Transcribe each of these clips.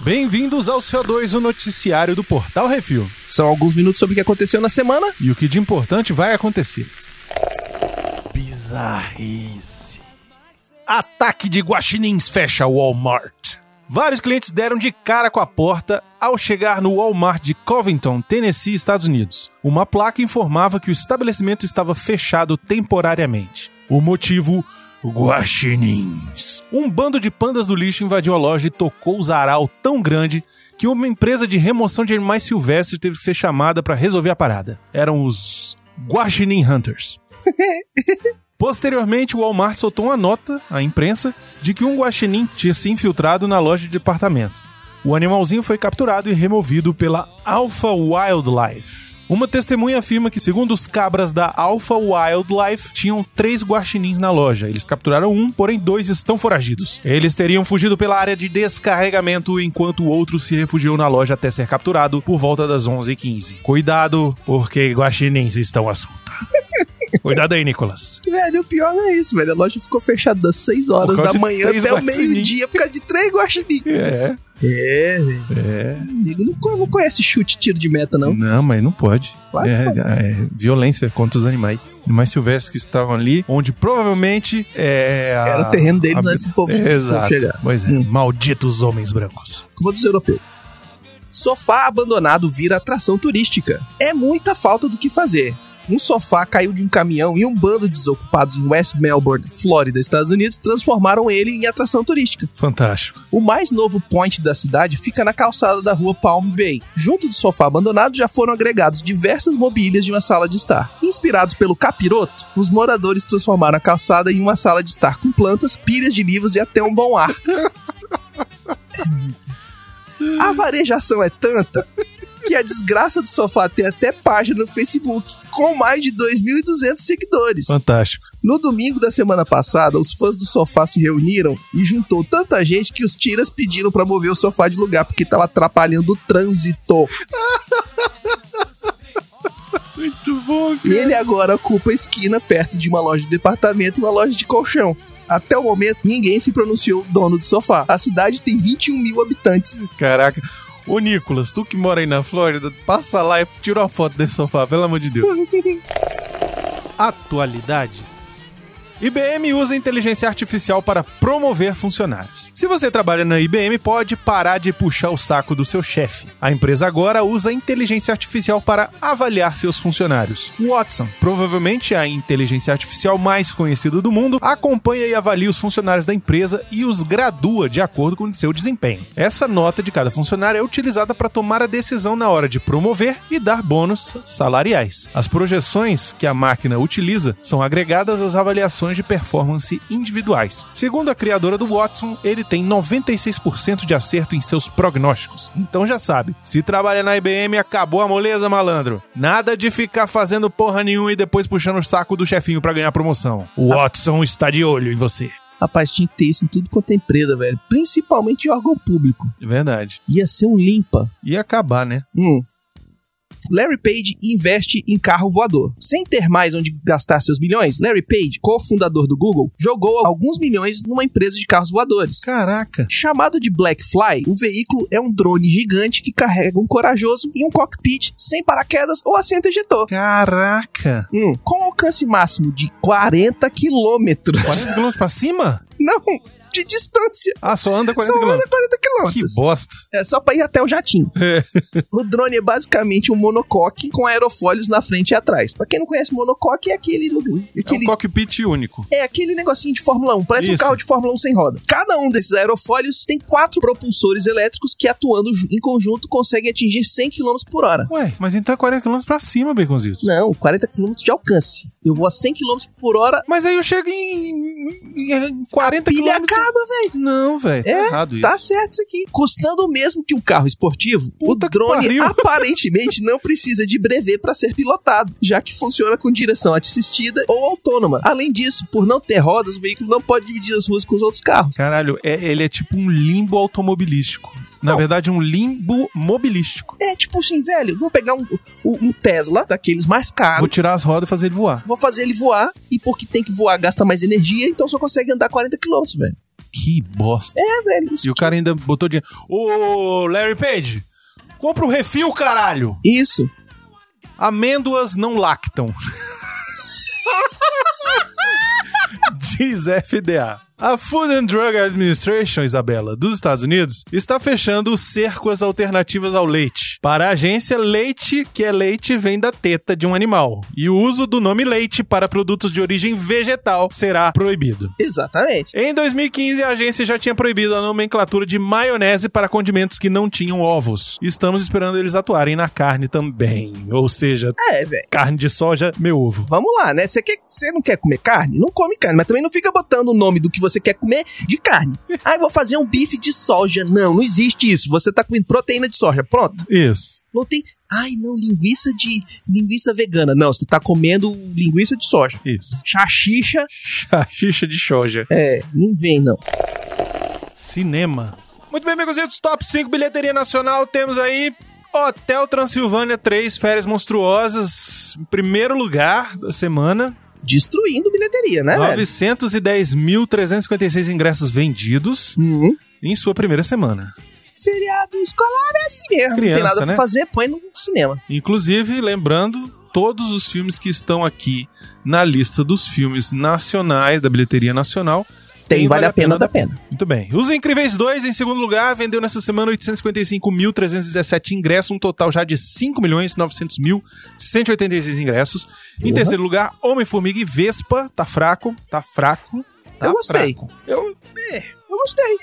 Bem-vindos ao CO2, o noticiário do Portal Refil. São alguns minutos sobre o que aconteceu na semana. E o que de importante vai acontecer? Bizarrice. Ataque de guaxinins fecha Walmart. Vários clientes deram de cara com a porta ao chegar no Walmart de Covington, Tennessee, Estados Unidos. Uma placa informava que o estabelecimento estava fechado temporariamente. O motivo? Guaxinins. Um bando de pandas do lixo invadiu a loja e tocou o zaral tão grande que uma empresa de remoção de animais silvestres teve que ser chamada para resolver a parada. Eram os Guaxinim Hunters. Posteriormente, o Walmart soltou uma nota à imprensa de que um guaxinim tinha se infiltrado na loja de departamento. O animalzinho foi capturado e removido pela Alpha Wildlife. Uma testemunha afirma que, segundo os cabras da Alpha Wildlife, tinham três guaxinins na loja. Eles capturaram um, porém dois estão foragidos. Eles teriam fugido pela área de descarregamento, enquanto o outro se refugiou na loja até ser capturado por volta das 11h15. Cuidado, porque guaxinins estão à solta. Cuidado aí, Nicolas. Velho, o pior é isso, velho. A loja ficou fechada das 6 horas Por causa da de manhã três até o guaxinim. meio-dia por causa de três guaxinins. É, É, velho. é. Amigo, não, co- não conhece chute tiro de meta, não. Não, mas não pode. Claro que é, é violência contra os animais. Animais silvestres que estavam ali, onde provavelmente é, a- Era o terreno deles a- antes do povo, É, povo exato. chegar. Pois é. Hum. Malditos homens brancos. Como dos europeus. Sofá abandonado vira atração turística. É muita falta do que fazer. Um sofá caiu de um caminhão e um bando de desocupados em West Melbourne, Flórida, Estados Unidos, transformaram ele em atração turística. Fantástico. O mais novo point da cidade fica na calçada da rua Palm Bay. Junto do sofá abandonado já foram agregados diversas mobílias de uma sala de estar. Inspirados pelo capiroto, os moradores transformaram a calçada em uma sala de estar com plantas, pilhas de livros e até um bom ar. A varejação é tanta que a desgraça do sofá tem até página no Facebook, com mais de 2.200 seguidores. Fantástico. No domingo da semana passada, os fãs do sofá se reuniram e juntou tanta gente que os tiras pediram pra mover o sofá de lugar porque tava atrapalhando o trânsito. Muito bom, E ele agora ocupa a esquina perto de uma loja de departamento e uma loja de colchão. Até o momento, ninguém se pronunciou dono do sofá. A cidade tem 21 mil habitantes. Caraca. Ô, Nicolas, tu que mora aí na Flórida, passa lá e tira uma foto desse sofá, pelo amor de Deus. Atualidades. IBM usa inteligência artificial para promover funcionários. Se você trabalha na IBM, pode parar de puxar o saco do seu chefe. A empresa agora usa inteligência artificial para avaliar seus funcionários. Watson, provavelmente a inteligência artificial mais conhecida do mundo, acompanha e avalia os funcionários da empresa e os gradua de acordo com seu desempenho. Essa nota de cada funcionário é utilizada para tomar a decisão na hora de promover e dar bônus salariais. As projeções que a máquina utiliza são agregadas às avaliações de performance individuais. Segundo a criadora do Watson, ele tem 96% de acerto em seus prognósticos. Então já sabe, se trabalha na IBM, acabou a moleza, malandro. Nada de ficar fazendo porra nenhuma e depois puxando o saco do chefinho para ganhar promoção. O Watson está de olho em você. Rapaz, tinha que ter isso em tudo quanto é empresa, velho. Principalmente em órgão público. Verdade. Ia ser um limpa. E acabar, né? Hum. Larry Page investe em carro voador. Sem ter mais onde gastar seus milhões, Larry Page, cofundador do Google, jogou alguns milhões numa empresa de carros voadores. Caraca. Chamado de Blackfly, o veículo é um drone gigante que carrega um corajoso e um cockpit sem paraquedas ou assento ejetor. Caraca. Hum. Com alcance máximo de 40 quilômetros. 40 quilômetros pra cima? Não, de distância. Ah, só anda 40 Só anda quilômetros. 40 Que quilômetros. bosta. É só pra ir até o jatinho. É. O drone é basicamente um monocoque com aerofólios na frente e atrás. Pra quem não conhece monocoque, é aquele. É um aquele cockpit único. é aquele negocinho de Fórmula 1, parece um Isso. carro de Fórmula 1 sem roda. Cada um desses aerofólios tem quatro propulsores elétricos que, atuando ju- em conjunto, conseguem atingir 100 km por hora. Ué, mas então é 40 km pra cima, Baconzitos. Não, 40 km de alcance. Eu vou a 100 km por hora, Mas aí eu chego em, em 40 km. pilha acaba, velho. Não, velho. É, tá errado isso. Tá certo isso aqui. Custando o mesmo que um carro esportivo, Puta o que drone pariu. aparentemente não precisa de brevet para ser pilotado, já que funciona com direção assistida ou autônoma. Além disso, por não ter rodas, o veículo não pode dividir as ruas com os outros carros. Caralho, é- ele é tipo um limbo automobilístico. Na Não. verdade, um limbo mobilístico. É tipo assim, velho, vou pegar um, um Tesla, daqueles mais Vou caros, tirar as rodas e fazer ele voar. vou fazer ele voar, e porque tem que voar gasta mais energia, então só consegue andar 40 km, velho. Que bosta. É, velho. E o cara ainda botou dinheiro. Ô, Larry Page, compra o refil, caralho. Isso. Amêndoas não lactam. Diz FDA. A Food and Drug Administration, Isabela, dos Estados Unidos, está fechando o cerco às alternativas ao leite. Para a agência, leite, que é leite, vem da teta de um animal. E o uso do nome leite para produtos de origem vegetal será proibido. Exatamente. Em 2015, a agência já tinha proibido a nomenclatura de maionese para condimentos que não tinham ovos. Estamos esperando eles atuarem na carne também. Ou seja, É, velho. carne de soja, meu ovo. Vamos lá, né? Você quer, você não quer comer carne? Não come carne, mas também não fica botando o nome do que você quer comer de carne. Ah, eu vou fazer um bife de soja. Não, não existe isso. Você tá comendo proteína de soja. Pronto. Isso. Não tem. Ai, não, linguiça de linguiça vegana. Não, você tá comendo linguiça de soja. Isso. Chachicha. Chachicha de soja. É, não vem não. Cinema. Muito bem, amigos, top 5 bilheteria nacional. Temos aí Hotel Transilvânia 3, Férias Monstruosas, em primeiro lugar da semana. Destruindo bilheteria, né, velho? 910.356 ingressos vendidos Uhum. em sua primeira semana. Feriado escolar é cinema. não Criança, tem nada né? pra fazer, põe no cinema. Inclusive, lembrando, todos os filmes que estão aqui na lista dos filmes nacionais, da bilheteria nacional. Tem, vale, a pena, dá pena. Muito bem. Os Incríveis 2, em segundo lugar, vendeu nessa semana 855.317 ingressos, um total já de 5.900.186 ingressos. Em Porra. terceiro lugar, Homem-Formiga e Vespa. Tá fraco, tá fraco. Tá Eu gostei. fraco. Eu, Eu gostei.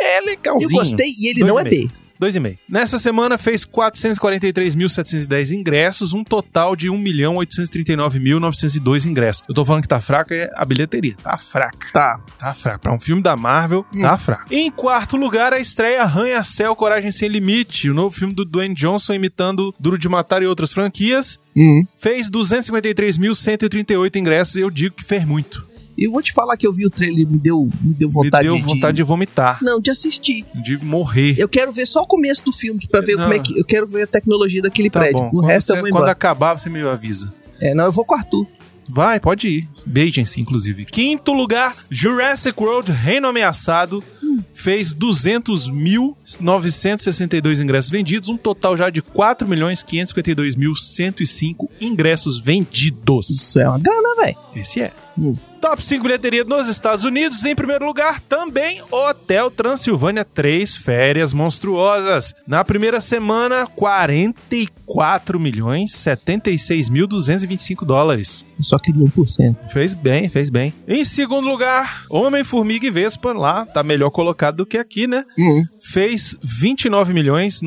é Eu legalzinho. gostei e ele Dois não e é meio. B. 2,5. Nessa semana fez 443.710 ingressos, um total de 1.839.902 ingressos. Eu tô falando que tá fraca, é a bilheteria. Tá fraca, Tá. tá fraca. Pra um filme da Marvel, Hum. tá fraca. Em quarto lugar, a estreia Arranha-Céu Coragem Sem Limite, o novo filme do Dwayne Johnson imitando Duro de Matar e outras franquias. Uhum. Fez 253.138 ingressos e eu digo que fez muito. E eu vou te falar que eu vi o trailer me deu, me deu vontade Me deu de... vontade de vomitar, Não, de assistir. de morrer. Eu quero ver só o começo do filme pra ver Não. como é que. Eu quero ver a tecnologia daquele Tá prédio. bom. O Quando resto você- eu vou Quando embora. acabar, você me avisa. É, não, eu vou com o Arthur. Vai, pode ir. Beijem-se, inclusive. Quinto lugar, Jurassic World Reino Ameaçado. Fez 200.962 ingressos vendidos, um total já de 4.552.105 ingressos vendidos. Isso é uma gana, velho. Esse é. Hum. Top 5 bilheteria nos Estados Unidos. Em primeiro lugar, também Hotel Transilvânia 3 Férias Monstruosas. Na primeira semana, 44 milhões 76.225 dólares. Eu Só queria 1%. Fez bem, fez bem. Em segundo lugar, Homem, Formiga e Vespa, lá tá melhor colocado do que aqui, né? Uhum. Fez 29 milhões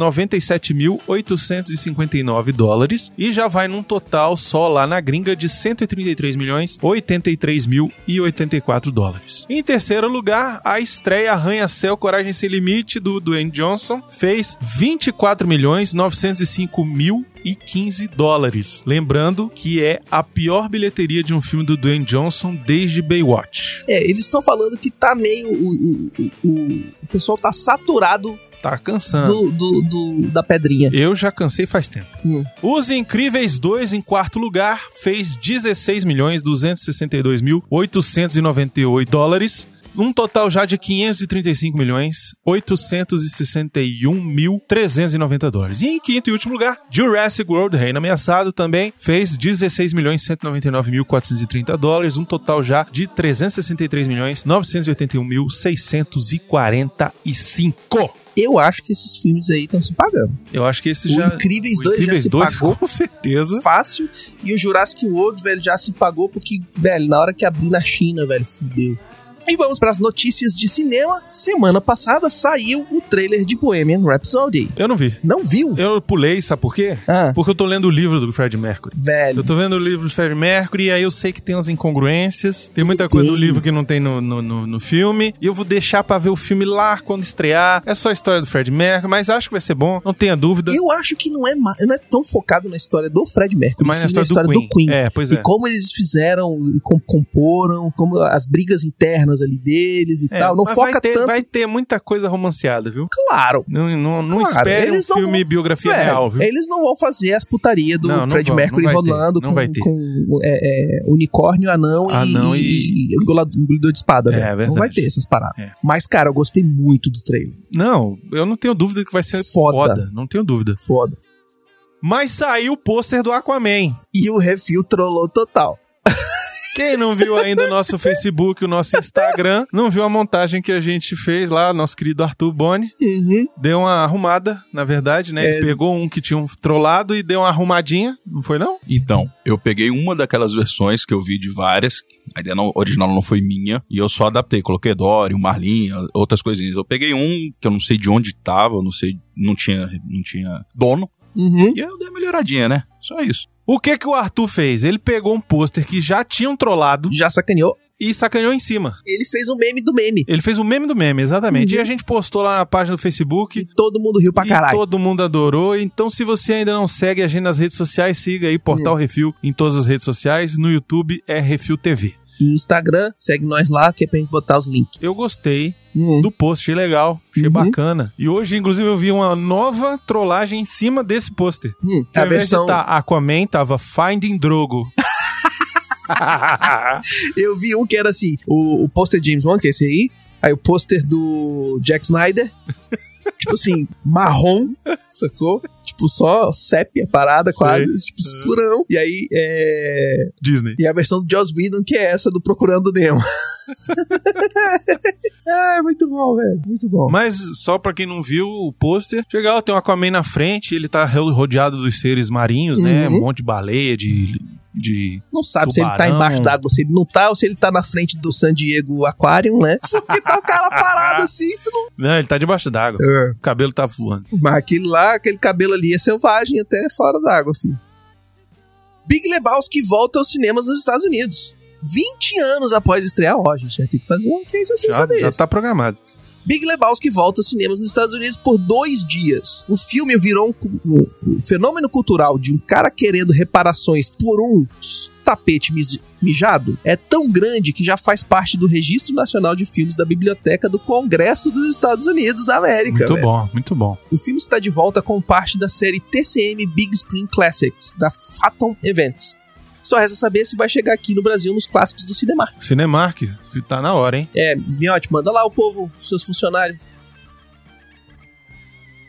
97.859 dólares e já vai num total só lá na gringa de 133 milhões 83 mil e 84 dólares. Em terceiro lugar, a estreia Arranha-Céu Coragem Sem Limite do Dwayne Johnson fez 24 milhões 905 mil e 15 dólares. Lembrando que é a pior bilheteria de um filme do Dwayne Johnson desde Baywatch. É, eles estão falando que tá meio. O, o, o, o pessoal tá saturado Tá cansando. do, do, do- da pedrinha. Eu já cansei faz tempo. Hum. Os Incríveis 2, em quarto lugar, fez 16.262.898 dólares. Um total já de 535 milhões 861 mil 390 dólares. E em quinto e último lugar, Jurassic World Reino Ameaçado também fez 16 milhões 199 mil 430 dólares, um total já de 363 milhões 981 mil 645. Eu acho que esses filmes aí estão se pagando. Eu acho que esse o já Incríveis o 2 já Incríveis se dois, pagou. com certeza. Fácil. E o Jurassic World, velho, já se pagou porque, velho, na hora que abriu na China, velho, fudeu. E vamos para as notícias de cinema. Semana passada saiu o trailer de Bohemian Rhapsody. Eu não vi. Não viu? Eu pulei, sabe por quê? Ah, Porque eu tô lendo o livro do Fred Mercury. Eu velho. tô vendo o livro do Fred Mercury e aí eu sei que tem umas incongruências. Tem muita coisa no bem. livro que não tem no, no, no- no filme. E eu vou deixar pra ver o filme lá quando estrear. É só a história do Fred Mercury, mas acho que vai ser bom, não tenha dúvida. Eu acho que não é, ma- não é tão focado na história do Fred Mercury, Mas sim na história do Queen. É, pois E é. como eles fizeram, e com- comporam, como as brigas internas cenas ali deles e É, tal. Não mas foca vai ter, tanto. Vai ter muita coisa romanceada, viu? Claro. Não, não, não Claro, espere um eles não filme vão- biografia É, real, viu? eles não vão fazer as putaria do Não, não Fred vão, Mercury não vai ter, rolando não com, vai ter. com, é, é, unicórnio, anão, e- Anão e, e- e engola- engolidor de espada. É, velho. verdade. Não vai ter essas paradas. É. Mas, cara, eu gostei muito do trailer. Não, eu não tenho dúvida que vai ser foda. Foda. Não tenho dúvida. Foda. Mas saiu o pôster do Aquaman. E o review trollou total. Quem não viu ainda o nosso Facebook, o nosso Instagram, não viu a montagem que a gente fez lá, nosso querido Arthur Boni. Uhum. Deu uma arrumada, na verdade, né? É. Ele Pegou um que tinha um trollado e deu uma arrumadinha, não foi não? Então, eu peguei uma daquelas versões que eu vi de várias. A ideia não- original não foi minha. E eu só adaptei. Coloquei Dory, o Marlin, outras coisinhas. Eu peguei um que eu não sei de onde tava, eu não sei. Não tinha, não tinha dono. Uhum. E eu dei uma melhoradinha, né? Só isso. O que que o Arthur fez? Ele pegou um pôster que já tinha um trollado Já sacaneou. e sacaneou em cima. Ele fez um meme do meme. Ele fez o meme do meme, exatamente. Uhum. E a gente postou lá na página do Facebook. Que todo mundo riu pra E caralho. todo mundo adorou. Então, se você ainda não segue a gente nas redes sociais, siga aí Portal Refil em todas as redes sociais. No YouTube é Refil TV. E Instagram, segue nós lá, que é pra gente botar os links. Eu gostei do post, achei legal, achei Uhum. bacana. E hoje, inclusive, eu vi uma nova trollagem em cima desse pôster. Hum, Que A ao invés versão. de tá Aquaman, tava Finding Drogo. Eu vi um que era assim: o, o pôster James Wan, que é esse aí. Aí o pôster do Jack Snyder. tipo assim, marrom, sacou? Tipo, só sépia parada, Sei. quase, tipo, escurão. E aí, é... Disney. E a versão do Joss Whedon, que é essa do Procurando Nemo. é, muito bom, velho. Muito bom. Mas só pra quem não viu o pôster, legal, tem um Aquaman na frente, ele tá rodeado dos seres marinhos, né? Uhum. Um monte de baleia, de- de Não sabe se ele tá Tubarão. embaixo d'água, se ele não tá, ou se ele tá na frente do San Diego Aquarium, né? Porque tá o cara parado assim. tu não- Não, ele tá debaixo d'água. É. O cabelo tá voando. Mas aquele lá, aquele cabelo ali é selvagem até fora d'água, filho. Big Lebowski volta aos cinemas nos Estados Unidos. 20 anos após estrear, ó, a gente vai ter que fazer um que isso sem Já, saber já isso. tá programado. Big Lebowski volta aos cinemas nos Estados Unidos por dois dias. O filme virou um, cu- um- um fenômeno cultural de um cara querendo reparações por um s- tapete mis- mijado. É tão grande que já faz parte do Registro Nacional de Filmes da Biblioteca do Congresso dos Estados Unidos da América. Muito velho. bom, muito bom. O filme está de volta com parte da série TCM Big Screen Classics, da Fathom Events. Só resta saber se vai chegar aqui no Brasil nos clássicos do cinema. Cinemark, tá na hora, hein? É, Miotti, manda lá o povo, seus funcionários,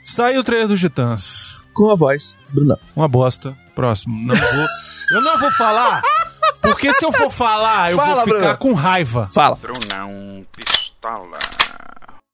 Saiu o trailer dos Titãs. com a voz, Brunão. Uma bosta. Próximo. Não vou. eu não vou falar! Porque se eu for falar, eu Fala, vou ficar Bruno. com raiva. Fala. Brunão Pistola.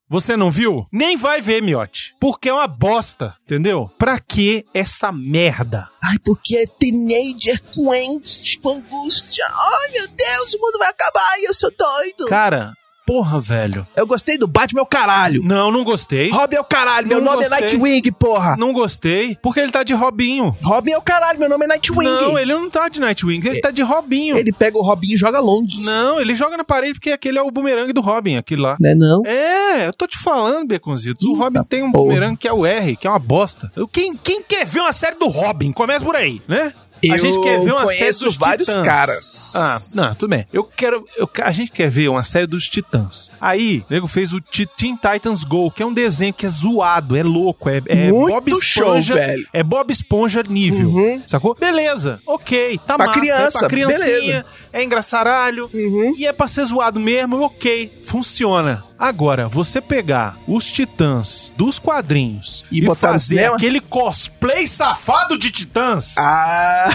Você não viu? Nem vai ver, miote. Porque é uma bosta, entendeu? Pra que essa merda? Ai, porque é teenager com angst, com angústia. Ai, meu Deus, o mundo vai acabar e eu sou doido. Cara, porra, velho. Eu gostei do Batman, é o caralho. Não, não gostei. Robin é o caralho, meu Não nome é gostei. Nightwing, porra. Não gostei, porque ele tá de Robinho. Robin é o caralho, meu nome é Nightwing. Não, ele não tá de Nightwing, ele tá de Robinho. Ele pega o Robin e joga longe. Não, ele joga na parede porque aquele é o bumerangue do Robin, aquele lá. Né, não? É, eu tô te falando, Beconzitos. O Robin tem um porra. bumerangue que é o R, que é uma bosta. Eu- Quem, quem quer ver uma série do Robin? Começa por aí, né? a gente quer ver uma série conheço dos vários Titãs. caras. Ah, não, tudo bem. Eu quero. eu- a gente quer ver uma série dos Titãs. Aí, o nego fez o Ti- Teen Titans Go, que é um desenho que é zoado, é louco, é, é Muito Bob show, Esponja. velho. É Bob Esponja nível. Uhum. Sacou? Beleza, ok, tá Pra massa, criança, é pra criancinha, beleza. é engraçaralho, Uhum. e é pra ser zoado mesmo, ok, funciona. Agora, você pegar os titãs dos quadrinhos E e, botar no fazer cinema? aquele cosplay safado de titãs, Ah,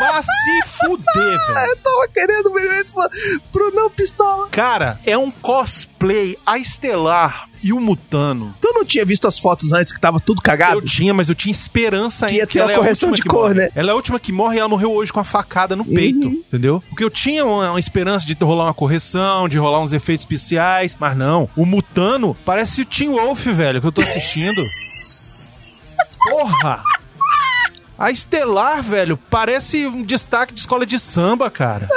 vá se fuder, velho. eu tava querendo melhor Brunão Pistola. Cara, é um cosplay a estelar e o mutano. Tu não tinha visto as fotos antes que tava tudo cagado? Eu tinha, mas eu tinha esperança Que em ia ter ela uma é a correção última de que cor, morre. né? Uhum. Ela é a última que morre e ela morreu hoje com a facada no peito, entendeu? Porque eu tinha uma, uma esperança de rolar uma correção, de rolar uns efeitos especiais, mas não. O Mutano parece o Tim Wolf, velho, que eu tô assistindo. Porra! A Estelar, velho, parece um destaque de escola de samba, cara.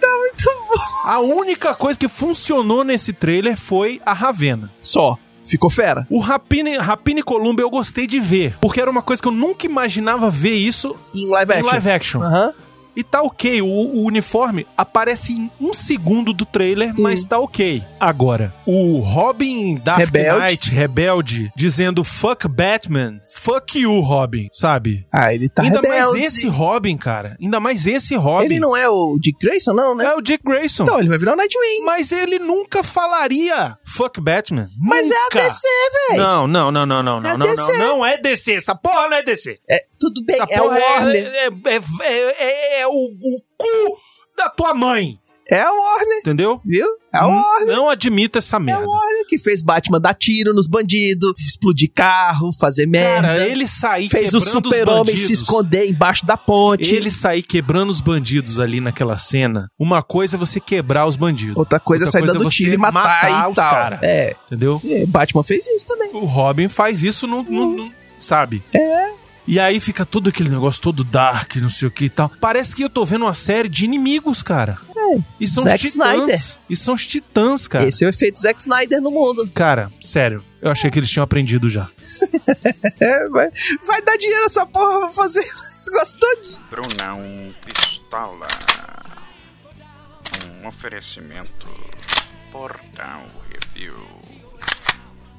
tá muito bom. A única coisa que funcionou nesse trailer foi a Ravena. Só. Ficou fera. O Rapine, Rapine Columba eu gostei de ver, porque era uma coisa que eu nunca imaginava ver isso E em live em action. live action. Aham. E tá ok, o, o uniforme aparece em um segundo do trailer, mas tá ok. Agora, o Robin Dark Rebelde. Knight, rebelde, dizendo fuck Batman, fuck you, Robin, sabe? Ah, ele tá Ainda rebelde. mais esse Robin, cara. Ainda mais esse Robin. Ele não é o Dick Grayson, não, né? É o Dick Grayson. Então, ele vai virar o Nightwing. Mas ele nunca falaria fuck Batman. Mas Nunca. é a DC, velho. Não, não, não, não, não, não, É não, não, DC. não é DC, essa porra não é DC. É, tudo bem, Essa é o porra Warner. é, é- é- é- é o, o cu da tua mãe, É o Warner, entendeu? viu? É o Não- Warner. Hum, Não admita essa É merda. o Warner que fez Batman dar tiro nos bandidos, explodir carro, fazer merda. Cara, ele sair fez quebrando o os super-homem bandidos. se esconder embaixo da ponte. Ele sair quebrando os bandidos ali naquela cena. Uma coisa é você quebrar os bandidos, Outra coisa é Outra sair coisa é dando você tiro e matar, matar e os tal. cara. É, entendeu? e Batman fez isso também. O Robin faz isso, não, não- não- sabe? É. E aí fica todo aquele negócio todo dark, não sei o que e tal. Parece que eu tô vendo uma série de inimigos, cara. É. E são Zack os titãs. Snyder. E são os titãs, cara. Esse é o efeito Zack Snyder no mundo. Cara, sério. Eu achei que eles tinham aprendido já. É, vai, vai dar dinheiro essa porra pra fazer. um Gostou de. Brunão Pistola. Um oferecimento. Portal Review.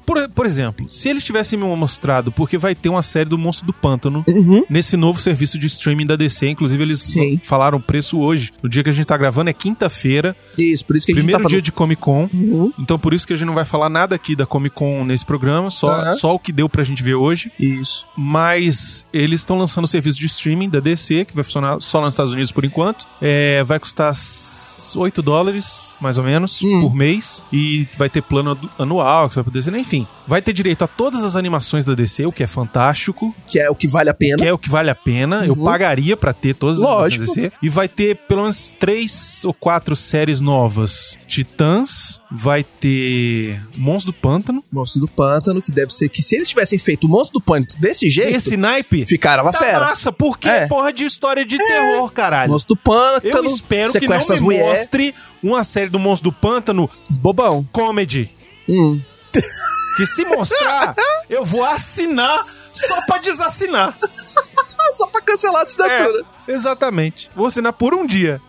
Por, por exemplo, se eles tivessem me mostrado, porque vai ter uma série do Monstro do Pântano Uhum. nesse novo serviço de streaming da DC. Inclusive, eles Sim. falaram o preço hoje. No dia que a gente tá gravando é quinta-feira, Isso, por isso que a gente primeiro tá dia falando. de Comic Con. Uhum. Então por isso que a gente não vai falar nada aqui da Comic Con nesse programa, só, Aham. só o que deu pra gente ver hoje. Isso. Mas eles estão lançando o serviço de streaming da DC, que vai funcionar só nos Estados Unidos por enquanto. É, vai custar s- 8 dólares, mais ou menos, Hum. por mês. E vai ter plano adu- anual que você vai poder assinar. Enfim, vai ter direito a todas as animações da DC, o que é fantástico. Que é o que vale a pena. Que é o que vale a pena. Eu Uhum. pagaria pra ter todas as Lógico. animações da DC. E vai ter pelo menos três ou quatro séries novas. Titãs, vai ter Monstro do Pântano. Monstro do Pântano, que deve ser que se eles tivessem feito o Monstro do Pântano desse jeito, Esse naipe ficava tá fera. massa, porque É. porra de história de terror, caralho. Monstro do Pântano, Eu espero que não me sequestra as mulheres. mostre uma série do Monstro do Pântano Bobão. comedy. Hum. Que se mostrar, eu vou assinar só pra desassinar. Ah, só pra cancelar a assinatura. É. Exatamente. Vou assinar por um dia.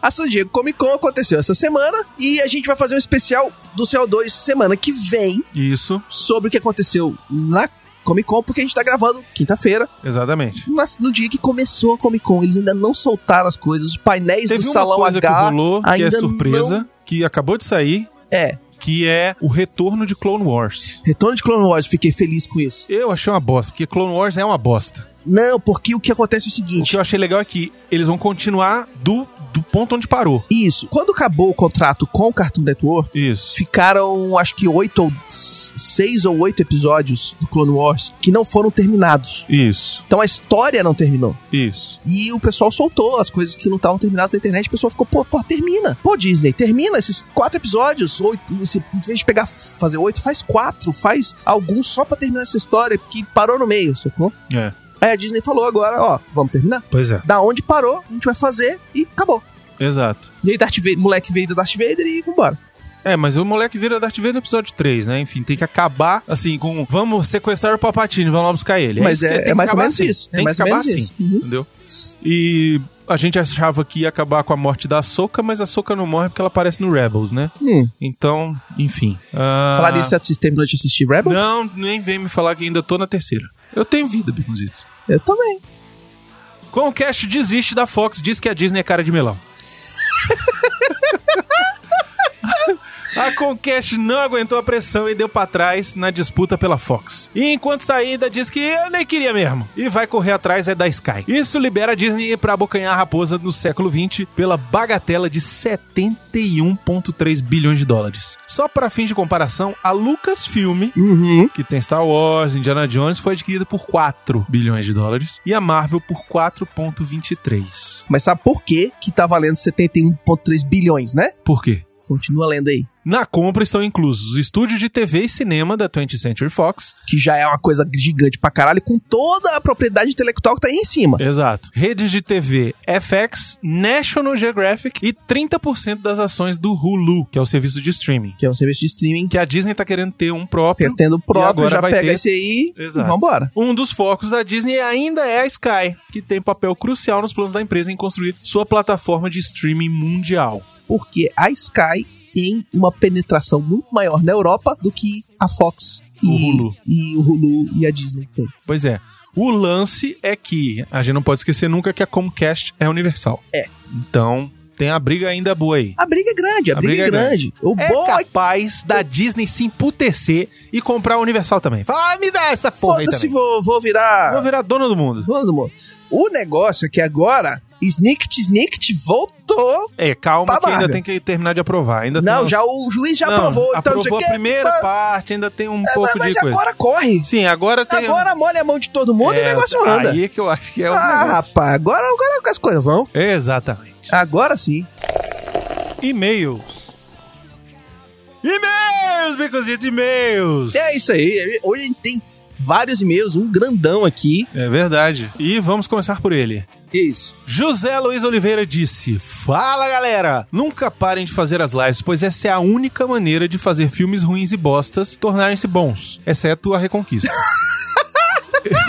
A San Diego Comic Con aconteceu essa semana e a gente vai fazer um especial do CO2 semana que vem Isso, sobre o que aconteceu na Comic Con, porque a gente tá gravando quinta-feira, exatamente. mas no dia que começou a Comic Con. Eles ainda não soltaram as coisas, os painéis Teve do uma é Salão coisa que H. rolou, que é ainda surpresa, que acabou de sair, É, que é o retorno de Clone Wars. Retorno de Clone Wars, fiquei feliz com isso. Eu achei uma bosta, porque Clone Wars é uma bosta. Não, porque o que acontece é o O seguinte. que eu achei legal é que eles vão continuar do, do ponto onde parou. Isso, quando acabou o contrato com o Cartoon Network, Isso. ficaram acho que oito ou s- seis ou oito episódios do Clone Wars que não foram terminados. Isso. Então a história não terminou. Isso. E o pessoal soltou as coisas que não estavam terminadas na internet. O pessoal ficou, pô, pô, termina. Pô, Disney, termina esses quatro episódios. Ou, esse- em vez de pegar, fazer oito, faz quatro. Faz alguns só pra terminar essa história, porque parou no meio, sacou? É. Aí a Disney falou agora, ó, vamos terminar. Pois é. Da onde parou, a gente vai fazer e acabou. Exato. E aí Darth Vader, moleque veio do Darth Vader e vambora. É, mas o moleque vira Darth Vader no episódio 3, né? Enfim, tem que acabar assim com vamos sequestrar o Palpatine, vamos lá buscar ele. Mas isso é- que tem é que mais ou acabar menos assim. isso. É Tem mais que ou acabar menos assim, isso. Uhum. entendeu? E a gente achava que ia acabar com a morte da Soca, mas a Soca não morre porque ela aparece no Rebels, né? Hum. Então, enfim. Ah, Falar nisso, você terminou de assistir Rebels? Não, nem vem me falar que ainda tô na terceira. Eu tenho vida, Biconzito. Eu também. Comcast desiste da Fox, diz que a Disney é cara de melão. A Comcast não aguentou a pressão e deu pra trás na disputa pela Fox. E enquanto saída, diz que eu nem queria mesmo. E vai correr atrás é da Sky. Isso libera a Disney pra abocanhar a raposa no século XX pela bagatela de 71,3 bilhões de dólares. Só pra fins de comparação, a Lucasfilm Uhum. que tem Star Wars, Indiana Jones, foi adquirida por 4 bilhões de dólares e a Marvel por 4.23. Mas sabe por quê que tá valendo 71,3 bilhões, né? Por quê? Continua lendo aí. Na compra estão inclusos os estúdios de TV e cinema da 20th Century Fox, Que já é uma coisa gigante pra caralho, com toda a propriedade intelectual que tá aí em cima. Exato. Redes de TV FX, National Geographic e 30% das ações do Hulu, que é o serviço de streaming. Que é um serviço de streaming Que a Disney tá querendo ter um próprio. tendo o próprio, agora já vai pega ter- esse aí Exato. e vambora. Um dos focos da Disney ainda é a Sky, que tem papel crucial nos planos da empresa em construir sua plataforma de streaming mundial. Porque a Sky tem uma penetração muito maior na Europa do que a Fox O e Hulu. e o Hulu e a Disney tem. Pois é. O lance é que a gente não pode esquecer nunca que a Comcast é universal. É. Então, tem a briga ainda boa aí. A briga é grande, a, A briga, briga é é grande. O É bom é que capaz da Disney se emputecer e comprar a Universal também. Fala, ah, me dá essa porra aí foda-se, também. vou, vou virar. Vou virar dona do mundo. Vamos, amor. O negócio é que agora Snicket Snicket voltou. É, calma Pra que ainda Marvel. tem que terminar de aprovar. Ainda tem Não, uns- já o juiz já Não, aprovou, então não sei aprovou o a quê, primeira mas- parte, ainda tem um É, mas, pouco mas de coisa. agora corre. Sim, agora tem... Agora molha a mão de todo mundo e o É, negócio anda. Aí que eu acho que é o ah, negócio. rapaz, agora, agora é as coisas vão. Exatamente. Agora sim. E-mails. E-mails, bicozinho de e-mails. É isso aí. Hoje a gente tem vários e-mails, um grandão aqui. É verdade. E vamos começar por ele. Que isso? José Luiz Oliveira disse: Fala galera! Nunca parem de fazer as lives, pois essa é a única maneira de fazer filmes ruins e bostas tornarem-se bons, exceto a Reconquista.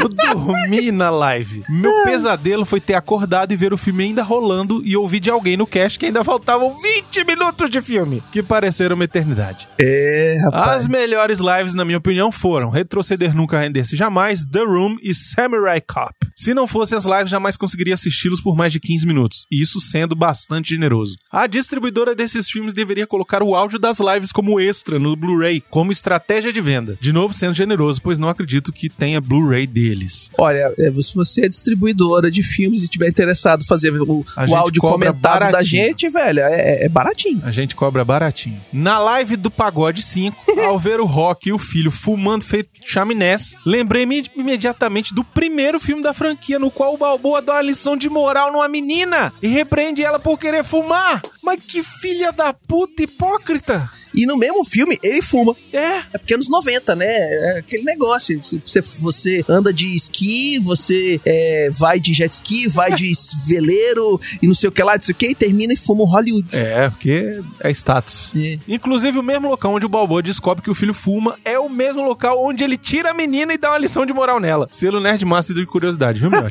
Eu dormi na live. Meu pesadelo foi ter acordado e ver o filme ainda rolando e ouvir de alguém no cast que ainda faltavam 20 minutos de filme, que pareceram uma eternidade. É, rapaz. As melhores lives, na minha opinião, foram Retroceder Nunca Render-se Jamais, The Room e Samurai Cop. Se não fossem as lives, jamais conseguiria assisti-los por mais de 15 minutos, e isso sendo bastante generoso. A distribuidora desses filmes deveria colocar o áudio das lives como extra no Blu-ray, como estratégia de venda. De novo, sendo generoso, pois não acredito que tenha Blu-ray deles. Olha, é, se você é distribuidora de filmes e tiver interessado em fazer o, A o gente áudio cobra comentado da baratinho. gente, velho, é, é baratinho. A gente cobra baratinho. Na live do Pagode 5, ao ver o Rock e o filho fumando feito chaminés, lembrei-me imediatamente do primeiro filme da franquia, no qual o Balboa dá uma lição de moral numa menina e repreende ela por querer fumar. Mas que filha da puta hipócrita! E no mesmo filme, ele fuma. É, É porque anos 90, né? É aquele negócio. Você, você anda de esqui, você é, vai de jet ski, vai de veleiro e não sei o que lá, não sei o que, e termina e fuma um Hollywood. É, porque é status. Inclusive, o mesmo local onde o Balboa descobre que o filho fuma é o mesmo local onde ele tira a menina e dá uma lição de moral nela. Selo Nerdmaster de curiosidade, viu, meu?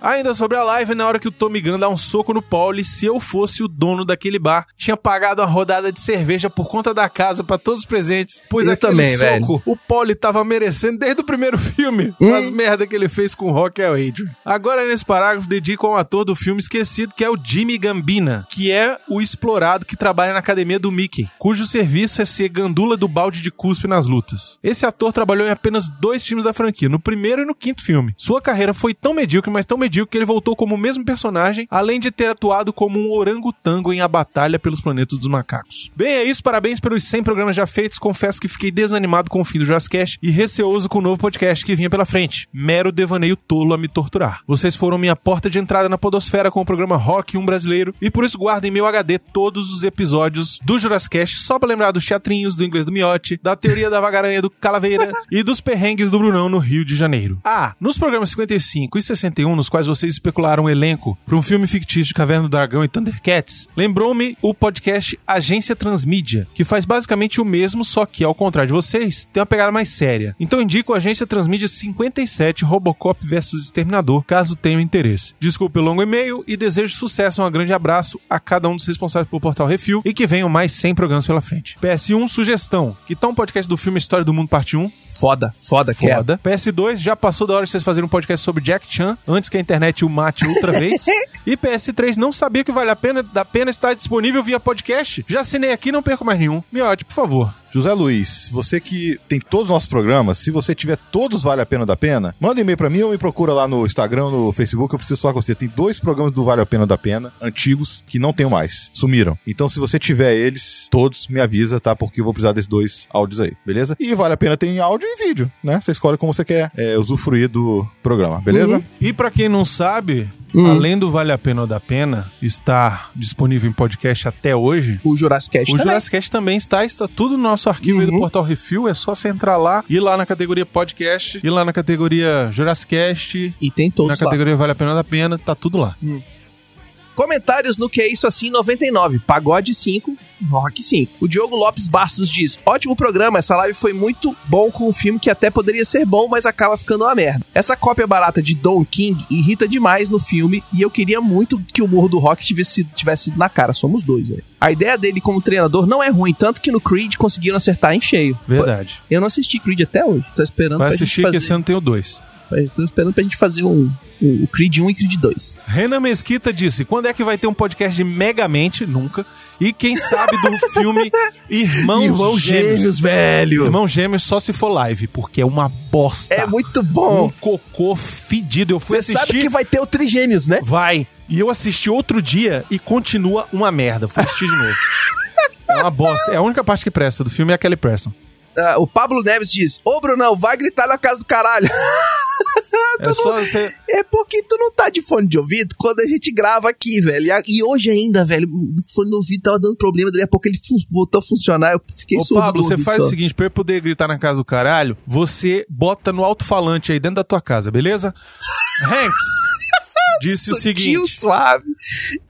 Ainda sobre a live, na hora que o Tommy Gunn dá um soco no Pauli, se eu fosse o dono daquele bar, tinha pagado uma rodada de cerveja por conta da casa pra todos os presentes, pois Eu aquele também, soco velho. o Pauli tava merecendo desde o primeiro filme, Hum. com as merda que ele fez com o Rock El Adrian. Agora, nesse parágrafo, dedico a um ator do filme esquecido, que é o Jimmy Gambina, que é o explorado que trabalha na academia do Mickey, cujo serviço é ser gandula do balde de cuspe nas lutas. Esse ator trabalhou em apenas dois filmes da franquia, no primeiro e no quinto filme. Sua carreira foi tão medíocre, mas tão medíocre que ele voltou como o mesmo personagem, além de ter atuado como um orangotango em A Batalha pelos Planetas dos Macacos. Bem, é isso. Parabéns pelos 100 programas já feitos. Confesso que fiquei desanimado com o fim do Jazzcast e receoso com o novo podcast que vinha pela frente. Mero devaneio tolo a me torturar. Vocês foram minha porta de entrada na podosfera com o programa Rock 1 Brasileiro e por isso guardo em meu HD todos os episódios do Jurassicast só pra lembrar dos teatrinhos, do inglês do miote, da teoria da vagaranha do Calaveira e dos perrengues do Brunão no Rio de Janeiro. Ah, nos programas 55 e 61, nos quais vocês especularam o elenco para um filme fictício de Caverna do Dragão e Thundercats, lembrou-me o podcast Agência Transmídia, que faz basicamente o mesmo, só que, ao contrário de vocês, tem uma pegada mais séria. Então indico Agência Transmídia 57 Robocop vs Exterminador, caso tenham interesse. Desculpe o longo e-mail e desejo sucesso, um grande abraço a cada um dos responsáveis pelo Portal Refil e que venham mais 100 programas pela frente. PS1 Sugestão, que tal um podcast do filme História do Mundo Parte 1? Foda, foda, é. queda. Foda. PS2, já passou da hora de vocês fazerem um podcast sobre Jack Chan, antes que a internet o mate outra vez. E PS3, não sabia que vale a pena, da pena estar disponível via podcast? Já assinei aqui, não perco mais nenhum. Miote, por favor. José Luiz, você que tem todos os nossos programas, se você tiver todos Vale a Pena da Pena, manda um e-mail pra mim ou me procura lá no Instagram, no Facebook, eu preciso falar com você. Tem dois programas do Vale a Pena da Pena, antigos, que não tenho mais, sumiram. Então se você tiver eles, todos, me avisa, tá? Porque eu vou precisar desses dois áudios aí, beleza? E Vale a Pena tem áudio e vídeo, né? Você escolhe como você quer é, usufruir do programa, beleza? E pra quem não sabe, Hum. além do Vale a Pena ou da Pena estar disponível em podcast até hoje, O Jurassic Cast o também. Jurassic Cast também está, está tudo no nosso arquivo aí do Uhum. Portal Refil. É só você entrar lá, ir lá na categoria podcast, ir lá na categoria Jurassic Cast, E tem na todos lá. categoria Vale a Pena ou da Pena, tá tudo lá. Hum. Comentários no Que É Isso Assim 99, Pagode 5, Rock 5. O Diogo Lopes Bastos diz: Ótimo programa, essa live foi muito bom com um filme que até poderia ser bom, mas acaba ficando uma merda. Essa cópia barata de Don King irrita demais no filme e eu queria muito que o Morro do Rock tivesse sido, tivesse sido na cara, somos dois, velho. A ideia dele como treinador não é ruim, tanto que no Creed conseguiram acertar em cheio. Verdade. Eu não assisti Creed até hoje, tô esperando Vai pra assistir gente que fazer. é, esse ano tem o 2. Tô esperando pra gente fazer um, um- o Creed 1 e Creed 2. Renan Mesquita disse: quando é que vai ter um podcast de Megamente? Nunca. E quem sabe do filme Irmãos, Gêmeos. velho! Irmão Gêmeos só se for live, porque é uma bosta. É muito um bom! cocô fedido. Eu fui Você sabe assistir. que vai ter o Trigêmeos, né? Vai. E eu assisti outro dia e continua uma merda. Fui assistir de novo. É uma bosta. É a única parte que presta do filme é a Kelly Preston. Ah, o Pablo Neves diz: Ô Brunão, vai gritar na casa do caralho. Ah, É só você. é porque tu não tá de fone de ouvido quando a gente grava aqui, velho. E a- E hoje ainda, velho, o fone do ouvido tava dando problema, daí a pouco ele fu- voltou a funcionar. Eu fiquei Ô, surdo. Pablo, do você ouvido faz só. o seguinte: pra eu poder gritar na casa do caralho, você bota no alto-falante aí dentro da tua casa, beleza? Hanks é disse o Sutil, seguinte. suave.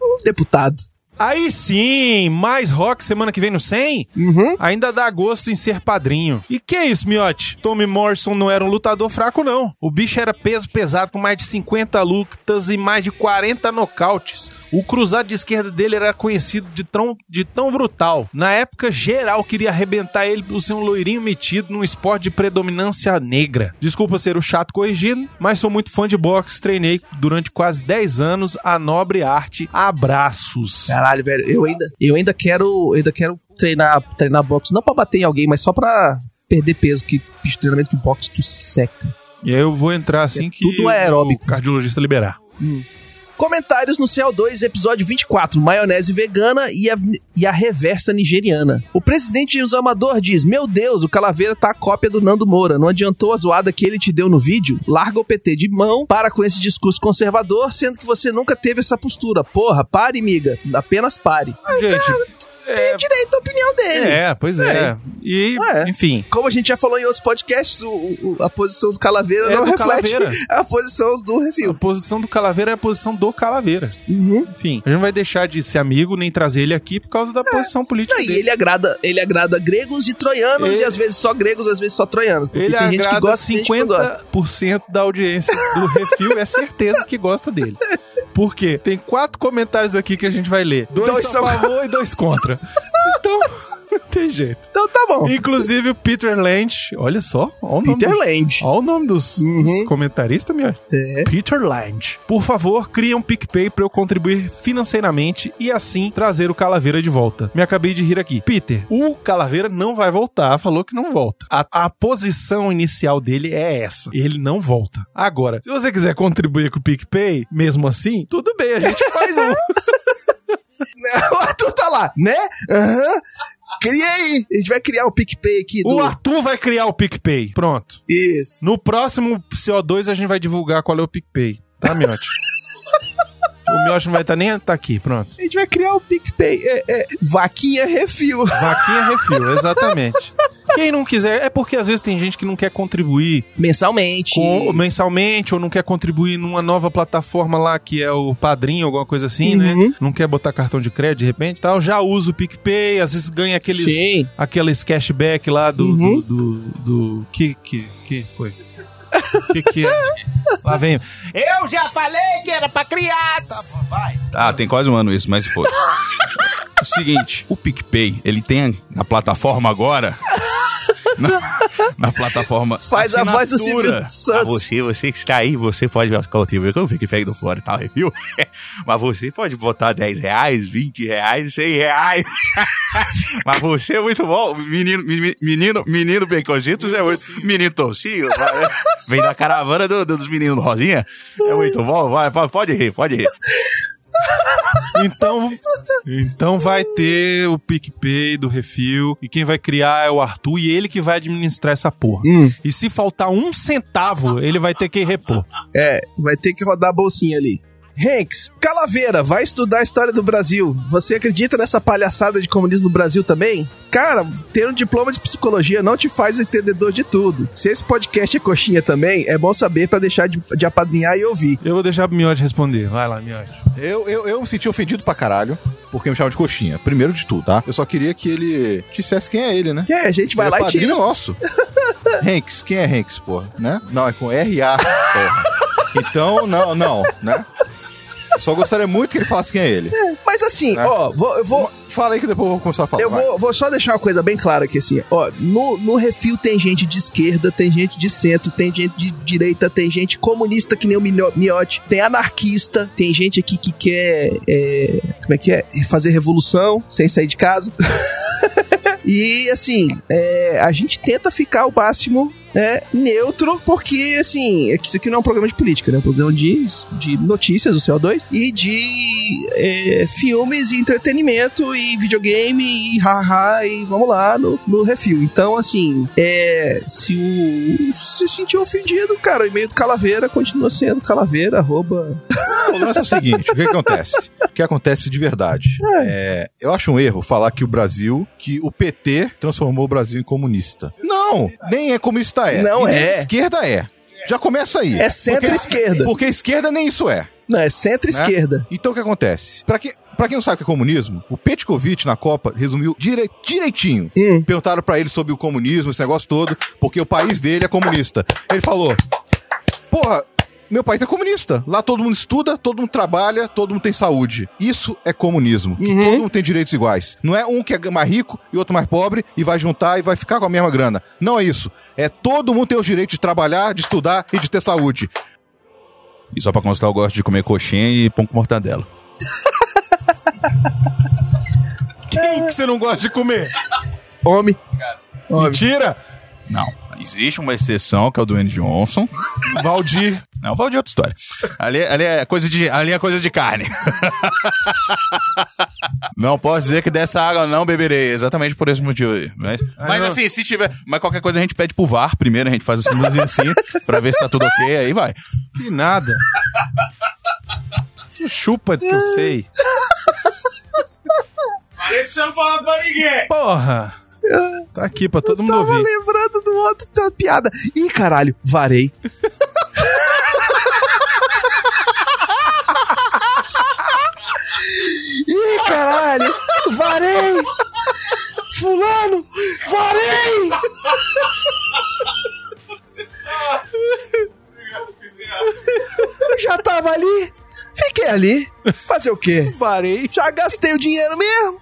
Um deputado. Aí sim, mais rock semana que vem no 100? Uhum. Ainda dá gosto em ser padrinho. E que é isso, miote? Tommy Morrison não era um lutador fraco, não. O bicho era peso pesado, com mais de 50 lutas e mais de 40 nocautes. O cruzado de esquerda dele era conhecido de tão, de tão brutal. Na época, geral queria arrebentar ele por ser um loirinho metido num esporte de predominância negra. Desculpa ser o chato corrigindo, mas sou muito fã de boxe. Treinei durante quase 10 anos a nobre arte. Abraços. Caralho, velho, eu ainda, eu ainda quero, eu ainda quero treinar, treinar boxe, não pra bater em alguém, mas só pra perder peso, que bicho, treinamento de boxe tu seca. E aí eu vou entrar assim que É tudo aeróbico. o cardiologista liberar. Comentários no CO2, episódio 24, maionese vegana e a, e a reversa nigeriana. O presidente Jesus Amador diz, meu Deus, o Calaveira tá a cópia do Nando Moura, não adiantou a zoada que ele te deu no vídeo? Larga o PT de mão, para com esse discurso conservador, sendo que você nunca teve essa postura. Porra, pare, miga, apenas pare. Gente, Ah, Tem direito à opinião dele. é, pois é. E, É. enfim. Como a gente já falou em outros podcasts, o- o- a posição do Calaveira É não do reflete Calaveira. a posição do A review. posição do Calaveira é a posição do Calaveira. Uhum. Enfim, a gente não vai deixar de ser amigo nem trazer ele aqui por causa da posição política É. E dele. ele agrada, ele agrada gregos e troianos, Ele- e às vezes só gregos, às vezes só troianos. Porque Ele tem gente que agrada gosta e tem gente que não gosta. 50% da audiência do refil, é certeza que gosta dele. Por quê? Tem quatro comentários aqui que a gente vai ler. Dois, Dois são a são- favor e dois contra. Então, não tem jeito. Então tá bom. Inclusive o Peter Lynch, olha só, olha o nome Peter do- Land. Olha o nome dos, Uhum. dos comentaristas, meu. É. Peter Land. Por favor, cria um PicPay pra eu contribuir financeiramente e assim trazer o Calaveira de volta. Me acabei de rir aqui. Peter, o Calaveira não vai voltar. Falou que não volta. A, a posição inicial dele é essa. Ele não volta. Agora, se você quiser contribuir com o PicPay, mesmo assim, tudo bem, a gente faz um. o Arthur tá lá, né? Aham. Cria aí. A gente vai criar o PicPay aqui do. O Arthur vai criar o PicPay. Pronto. Isso. No próximo CO2 a gente vai divulgar qual é o PicPay, tá, Miote? o Miote não vai estar nem tá aqui, pronto. A gente vai criar o PicPay. É, é, vaquinha refil. Vaquinha refil, exatamente. Quem não quiser, é porque às vezes tem gente que não quer contribuir Mensalmente. com- mensalmente ou não quer contribuir numa nova plataforma lá que é o Padrinho, alguma coisa assim, Uhum. né? Não quer botar cartão de crédito de repente. Tal, já usa o PicPay, às vezes ganha aqueles, Sim. aqueles cashback lá do. Uhum. do, do, do- que, que, que foi? que que é? Lá vem. Eu já falei que era pra criar! Tá bom, vai. Ah, tem quase um ano isso, mas foi. Seguinte, o PicPay, ele tem a plataforma agora. na- na plataforma. Faz a voz do assinatura. Silvio Santos. Ah, você, você que está aí, você pode ver qual time eu vi que pega do fora e tal, review. Mas você pode botar 10 reais, 20 reais, 100 reais. Mas você é muito bom. Menino, meni- menino, menino Baconzitos é muito. Menino Tocinho. vai, né? Vem da caravana do- do- dos meninos do Rosinha. É muito bom. Vai, pode- pode rir, pode rir. Então, então vai ter o PicPay do refil. E quem vai criar é o Arthur e ele que vai administrar essa porra. Hum. E se faltar um centavo, ele vai ter que repor. É, vai ter que rodar a bolsinha ali. Hanks, Calaveira, vai estudar a história do Brasil. Você acredita nessa palhaçada de comunismo no Brasil também? Cara, ter um diploma de psicologia não te faz o entendedor de tudo. Se esse podcast é coxinha também, é bom saber pra deixar de, de apadrinhar e ouvir. Eu vou deixar pro Miotti responder. Vai lá, Miotti. Eu, eu, eu me senti ofendido pra caralho, porque me chamavam de coxinha. Primeiro de tudo, tá? Eu só queria que ele dissesse quem é ele, né? É, a gente vai ele lá é e tira. padrinho nosso. Hanks, quem é Hanks, porra? Né? Não, é com R-A, porra. Então, não, não, né? Só gostaria muito que ele falasse quem é ele. Mas assim, É. ó, vou- eu vou, Fala aí que depois eu vou começar a falar. Eu vai. vou, vou só deixar uma coisa bem clara aqui, assim, ó. No, no refil tem gente de esquerda, tem gente de centro, tem gente de direita, tem gente comunista que nem o Minho- Miotti, tem anarquista, tem gente aqui que quer. é, como é que é? Fazer revolução sem sair de casa. e, assim, é, a gente tenta ficar o máximo. é, neutro, porque assim, é que isso aqui não é um programa de política, né? É um programa de, de notícias, o CO2, e de é, filmes e entretenimento e videogame e haha e vamos lá no, no refil. Então, assim, é, se o se sentiu ofendido, cara, o e-mail do Calaveira continua sendo calaveira, arroba... O lance é o seguinte: o que acontece? O que acontece de verdade? É, eu acho um erro falar que o Brasil, que o PT transformou o Brasil em comunista. Não! Nem é comunista é. Não e nem é. Esquerda é. Já começa aí. É centro-esquerda. Porque, porque esquerda nem isso é. Não, é centro-esquerda. Então o que acontece? Pra, que, pra quem não sabe o que é comunismo, o Petkovic na Copa resumiu dire- direitinho. Hum. Perguntaram pra ele sobre o comunismo, esse negócio todo, porque o país dele é comunista. Ele falou: Porra, meu país é comunista. Lá todo mundo estuda, todo mundo trabalha, todo mundo tem saúde. Isso é comunismo. Que todo mundo tem direitos iguais. Não é um que é mais rico e outro mais pobre e vai juntar e vai ficar com a mesma grana. Não é isso. É todo mundo tem o direito de trabalhar, de estudar e de ter saúde. E só pra constar, eu gosto de comer coxinha e pão com mortadela. Quem que você não gosta de comer? Homem. Mentira! Não. Existe uma exceção, que é o Dwayne Johnson. Valdir. Não, vou de outra história. Ali, ali, é coisa de, ali é coisa de carne. não posso dizer que dessa água eu não beberei, exatamente por esse motivo aí. Mas, mas assim, se tiver. Mas qualquer coisa a gente pede pro VAR primeiro, a gente faz o símbolozinho assim, pra ver se tá tudo ok, aí vai. Que nada. Tu Chupa que eu sei. Porra! Tá aqui pra todo mundo Tava ouvir. lembrando do outro da piada. Ih, caralho, varei. Ih, caralho, varei. Fulano, varei. Eu já tava ali, fiquei ali. Fazer o quê? Parei. Já gastei o dinheiro mesmo.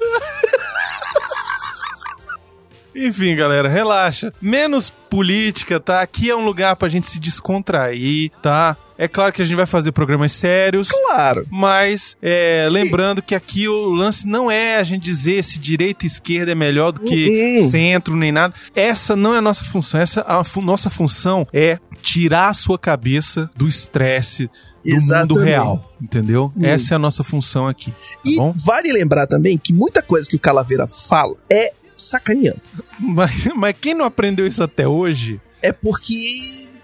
Enfim, galera, relaxa. Menos política, tá? Aqui é um lugar pra gente se descontrair, tá? É claro que a gente vai fazer programas sérios. Claro. Mas, é, lembrando que aqui o lance não é a gente dizer se direita e esquerda é melhor do que Uhum. centro nem nada. Essa não é a nossa função. Essa a fu- nossa função é tirar a sua cabeça do estresse do Exatamente. mundo real, entendeu? Uhum. Essa é a nossa função aqui, tá E bom? vale lembrar também que muita coisa que o Calaveira fala é sacaneando. Mas, mas quem não aprendeu isso até hoje É porque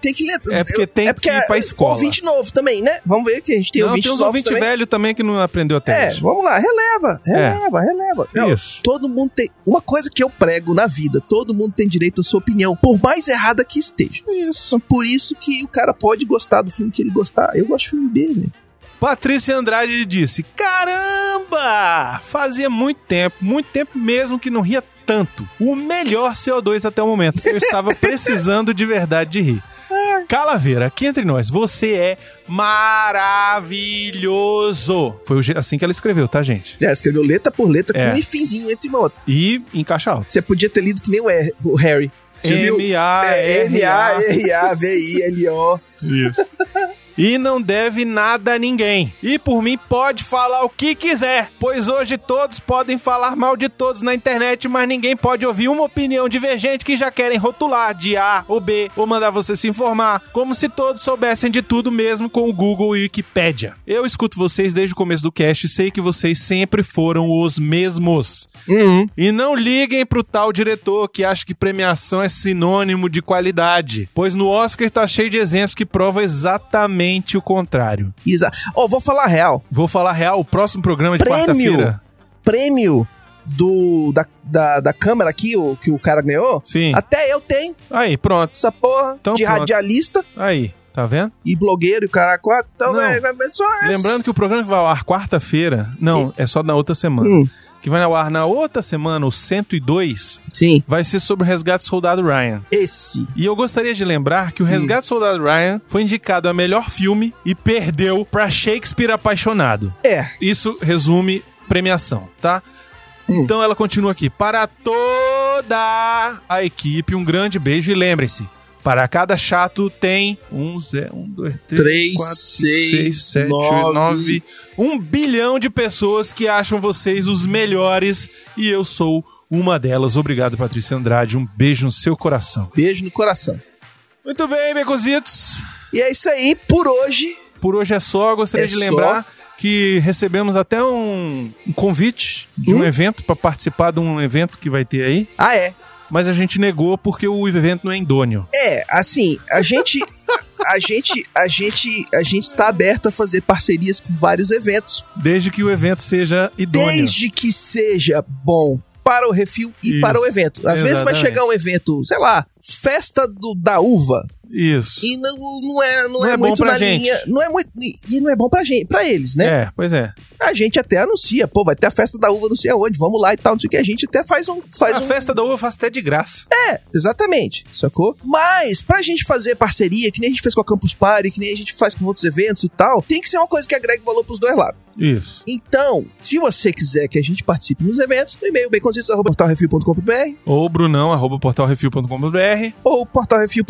tem que ler. é porque tem que ir pra escola. ouvinte novo também, né? Vamos ver que a gente tem não, ouvinte tem uns novo ouvinte também. velho também que não aprendeu até É, hoje. vamos lá, releva, releva, releva. Não, Isso. Todo mundo tem. Uma coisa que eu prego na vida: todo mundo tem direito à sua opinião, por mais errada que esteja. Isso. Por isso que o cara pode gostar do filme que ele gostar. Eu gosto do filme dele. Patrícia Andrade disse: Caramba! Fazia muito tempo, muito tempo mesmo que não ria tanto. O melhor CO2 até o momento. Eu estava precisando de verdade de rir. Calaveira, aqui entre nós, você é maravilhoso. Foi o je- assim que ela escreveu, tá, gente? Já escreveu letra por letra, É. com um finzinho entre uma outra. E em caixa alta. Você podia ter lido que nem o, Harry- o Harry. viu? É, É, M-A-R-A. L-A-R-A-V-I-L-O. E não deve nada a ninguém. E por mim pode falar o que quiser, pois hoje todos podem falar mal de todos na internet, mas ninguém pode ouvir uma opinião divergente que já querem rotular de A ou B ou mandar você se informar, como se todos soubessem de tudo mesmo com o Google e Wikipédia. Eu escuto vocês desde o começo do cast e sei que vocês sempre foram os mesmos. Uhum. E não liguem pro tal diretor que acha que premiação é sinônimo de qualidade, pois no Oscar tá cheio de exemplos que provam exatamente o contrário. Isa- Ó, vou falar real. Vou falar real, o próximo programa de Prêmio. quarta-feira. Prêmio do, da, da, da câmera aqui, o, que o cara ganhou. Sim. Até eu tenho Aí, pronto. essa porra Então de pronto. radialista Aí, tá vendo? e blogueiro e o cara quatro. Então, Não. velho, vai- vai- só é- Lembrando que o programa que vai ao ar quarta-feira, não, é só na outra semana. Hum. Que vai ao ar na outra semana, o 102, Sim. vai ser sobre o resgate do soldado Ryan. Esse. E eu gostaria de lembrar Hum. que o Resgate do Soldado Ryan foi indicado a melhor filme e perdeu pra Shakespeare Apaixonado. É. Isso resume premiação, tá? Hum. Então ela continua aqui. Para toda a equipe, um grande beijo e lembrem-se. Para cada chato tem um, zé, um, dois, três, Três, quatro, cinco, seis, seis, sete, nove. oito, nove, um bilhão de pessoas que acham vocês os melhores e eu sou uma delas. Obrigado, Patrícia Andrade. Um beijo no seu coração. Beijo no coração. Muito bem, Becositos. E é isso aí. Por hoje, Por hoje é só. Eu Gostaria É de só. lembrar que recebemos até um, um convite de um Hum? evento para participar de um evento que vai ter aí, Ah, é. mas a gente negou porque o evento não é indônio. É, assim, a gente. A gente, a gente, a gente está aberto a fazer parcerias com vários eventos, Desde que o evento seja idôneo. desde que seja bom para o refil e Isso, para o evento. Às vezes vai exatamente. chegar um evento, sei lá, festa do, da uva Isso. e não, não é, não Não é, é bom muito pra na gente. linha, não é muito e não é bom pra gente, para eles, né? É, pois é. A gente até anuncia, pô, vai ter a festa da uva, não sei aonde, vamos lá e tal, não sei o que. A gente até faz um, faz a um, festa da uva eu faço até de graça. Exatamente, sacou? Mas, pra gente fazer parceria, que nem a gente fez com a Campus Party, que nem a gente faz com outros eventos e tal, tem que ser uma coisa que agregue valor pros dois lados. Isso. Então, se você quiser que a gente participe nos eventos, o e-mail baconzitos.portalrefil.com.br Ou brunão, arroba portalrefil.com.br. ou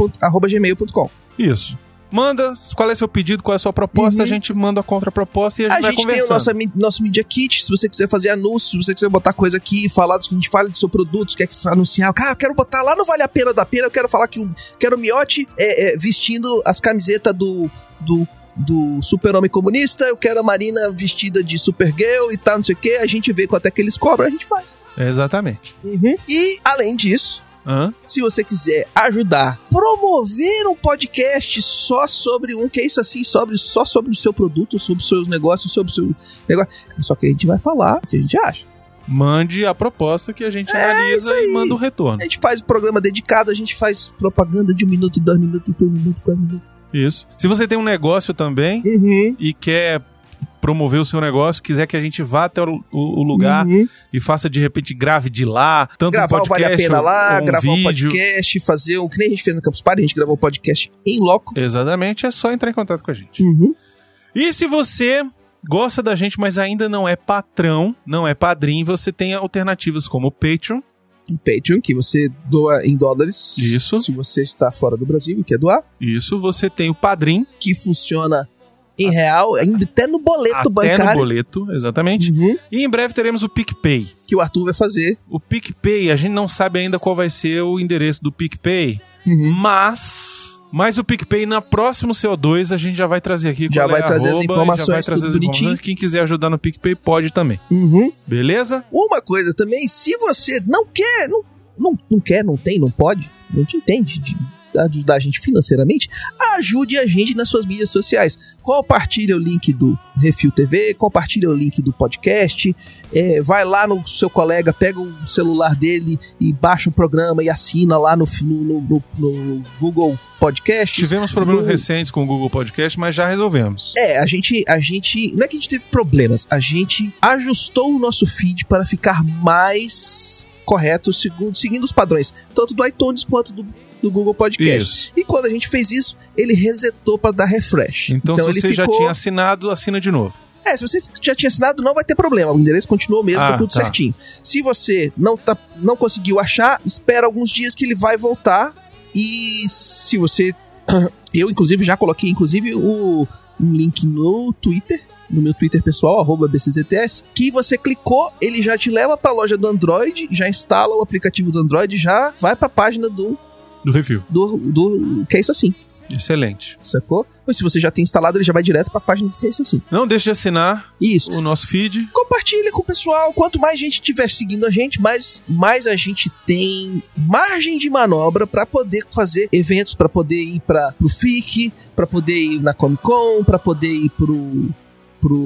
portalrefil.gmail.com. Isso. Manda qual é seu pedido, qual é a sua proposta, Uhum. a gente manda a contraproposta e a gente A vai gente tem conversando. o nosso, mi- nosso Media Kit, se você quiser fazer anúncios, se você quiser botar coisa aqui, falar do que a gente fala do seu produto, quer que- anunciar, cara, eu quero botar lá, não vale a pena da pena, eu quero falar que o quero o Miotti é, é, vestindo as camisetas do, do, do super-homem comunista, eu quero a Marina vestida de Supergirl e tal, não sei o que, a gente vê quanto é que eles cobram, a gente faz. Exatamente. E, além disso, Hã? se você quiser ajudar, promover um podcast só sobre um, que é isso assim, sobre, só sobre o seu produto, sobre os seus negócios, sobre o seu negócio. é Só que a gente vai falar o que a gente acha. Mande a proposta que a gente É analisa e manda o retorno. A gente faz um programa dedicado, a gente faz propaganda de um minuto, dois minutos, três minutos, quatro minutos. Isso. Se você tem um negócio também Uhum. e quer promover o seu negócio, quiser que a gente vá até o, o- o lugar e faça de repente grave de lá, tanto Hum. Uhum. Gravar um o podcast, Vale a Pena ou- lá, ou um gravar um vídeo. podcast, fazer um. Que nem a gente fez na Campus Party, a gente gravou um podcast em loco. Exatamente, é só entrar em contato com a gente. E se você gosta da gente, mas ainda não é patrão, não é padrinho, você tem alternativas como o Patreon. Em Patreon, que você doa em dólares. Isso. Se você está fora do Brasil e quer doar. Isso, você tem o Padrim, que funciona em real, ainda até no boleto até no bancário boleto, exatamente. Uhum. E em breve teremos o PicPay. que o Arthur vai fazer. O PicPay, a gente não sabe ainda qual vai ser o endereço do PicPay, Uhum. mas. Mas o PicPay, na próximo CO2, a gente já vai trazer aqui. Já qual vai é a trazer as arroba, informações, Já vai trazer tudo as informações. bonitinho. Quem quiser ajudar no PicPay, pode também. Beleza? Uma coisa também, se você não quer, não, não, não quer, não tem, não pode, a gente entende de ajudar a gente financeiramente, ajude a gente nas suas mídias sociais. Compartilha o link do Refil TV, compartilha o link do podcast, é, vai lá no seu colega, pega o celular dele e baixa o programa e assina lá no, no, no- no Google Podcast. Tivemos problemas No- recentes com o Google Podcast, mas já resolvemos. É, a gente, a gente. Não é que a gente teve problemas, a gente ajustou o nosso feed para ficar mais correto, segundo, seguindo os padrões, tanto do iTunes quanto do, do Google Podcast. Isso. E quando a gente fez isso, ele resetou para dar refresh. Então, se ele você já ficou- tinha assinado, assina de novo. É, se você já tinha assinado, não vai ter problema. O endereço continua o mesmo, Ah, tá tudo tá. certinho. Se você não, tá, não conseguiu achar, espera alguns dias que ele vai voltar. E se você. Eu, inclusive, já coloquei, inclusive, o um link no Twitter. No meu Twitter pessoal, arroba BCZTS, que você clicou, ele já te leva pra loja do Android, já instala o aplicativo do Android, já vai pra página do. do review. do, do que é isso assim, Excelente. sacou? Pois se você já tem instalado, ele já vai direto pra página do que é isso assim. Não deixe de assinar Isso. o nosso feed. Compartilha com o pessoal. Quanto mais gente tiver seguindo a gente, mais, mais a gente tem margem de manobra pra poder fazer eventos, pra poder ir para pro FIC, pra poder ir na Comic Con, pra poder ir pro pro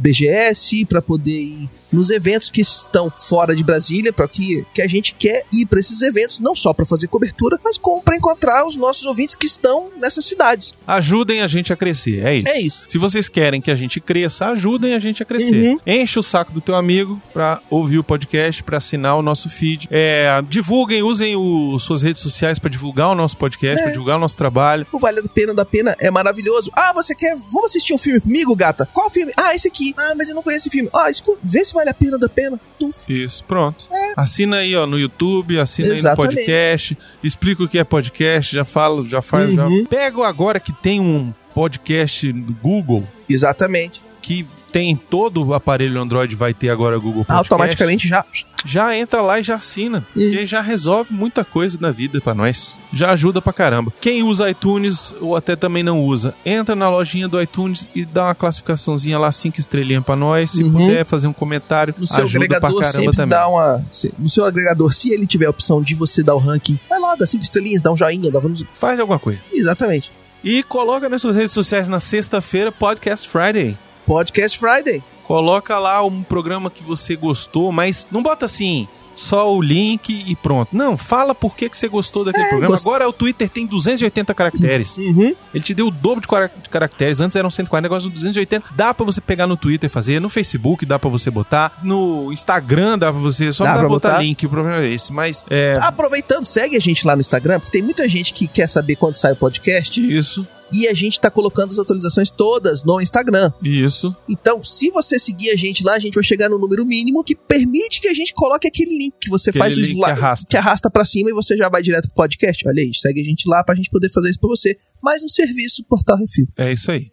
BGS, pra poder ir nos eventos que estão fora de Brasília, para que que a gente quer ir pra esses eventos, não só pra fazer cobertura, mas como pra encontrar os nossos ouvintes que estão nessas cidades. Ajudem a gente a crescer. É isso. É isso. Se vocês querem que a gente cresça, ajudem a gente a crescer. Uhum. Enche o saco do teu amigo pra ouvir o podcast, pra assinar o nosso feed. É, divulguem, usem o- suas redes sociais pra divulgar o nosso podcast, É. pra divulgar o nosso trabalho. O Vale da Pena da Pena é maravilhoso. Ah, você quer? Vamos assistir um filme comigo, gata? Qual filme? Ah, esse aqui. Ah, mas eu não conheço esse filme. Ah, escu... vê se vale a pena da pena. Tuf. Isso, pronto. Assina aí, ó, no YouTube, assina aí É. Exatamente. no podcast, explica o que é podcast, já falo, já faz, Uhum. já. Pega o agora que tem um podcast do Google Exatamente. que tem todo o aparelho Android vai ter agora Google Podcast. Automaticamente já. já entra lá e já assina. Porque já resolve muita coisa na vida pra nós. Já ajuda pra caramba. Quem usa iTunes ou até também não usa, entra na lojinha do iTunes e dá uma classificaçãozinha lá, cinco estrelinhas pra nós. Se Uhum. puder fazer um comentário, No seu ajuda pra agregador caramba sempre também. dá uma. se- No seu agregador, se ele tiver a opção de você dar o ranking, vai lá, dá cinco estrelinhas, dá um joinha, dá vamos. Faz alguma coisa. Exatamente. E coloca nas suas redes sociais na sexta-feira, Podcast Friday. Podcast Friday. Coloca lá um programa que você gostou, mas não bota assim, só o link e pronto. Não, fala por que, que você gostou daquele programa. É, gost- Agora o Twitter tem 280 caracteres. Uhum. Ele te deu o dobro de quara- de caracteres. Antes eram 140, agora são 280. Dá pra você pegar no Twitter e fazer, no Facebook dá pra você botar, no Instagram dá pra você, só Dá não dá pra pra botar, botar? link, o problema é esse. Mas é Aproveitando, segue a gente lá no Instagram, porque tem muita gente que quer saber quando sai o podcast. isso, E a gente tá colocando as atualizações todas no Instagram. isso. Então, se você seguir a gente lá, a gente vai chegar no número mínimo que permite que a gente coloque aquele link que você Aquele faz o link que slide arrasta. que arrasta pra cima e você já vai direto pro podcast. Olha aí, segue a gente lá pra gente poder fazer isso pra você. Mais um serviço Portal Refil. Ah, É isso aí.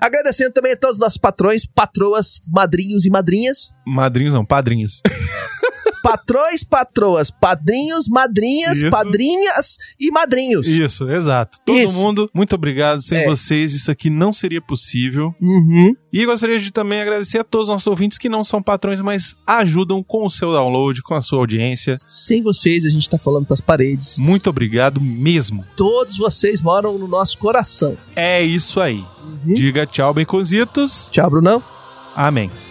Agradecendo também a todos os nossos patrões, patroas, madrinhos e madrinhas. Madrinhos não, padrinhos. Patrões, patroas, padrinhos, madrinhas, Isso. padrinhas e madrinhos. Isso, exato. Todo Isso. mundo, muito obrigado. Sem É. vocês, isso aqui não seria possível. Uhum. E gostaria de também agradecer a todos os nossos ouvintes que não são patrões, mas ajudam com o seu download, com a sua audiência. Sem vocês, a gente tá falando pras paredes. Muito obrigado mesmo. Todos vocês moram no nosso coração. É isso aí. Diga tchau, baconzitos. Tchau, Brunão. Amém.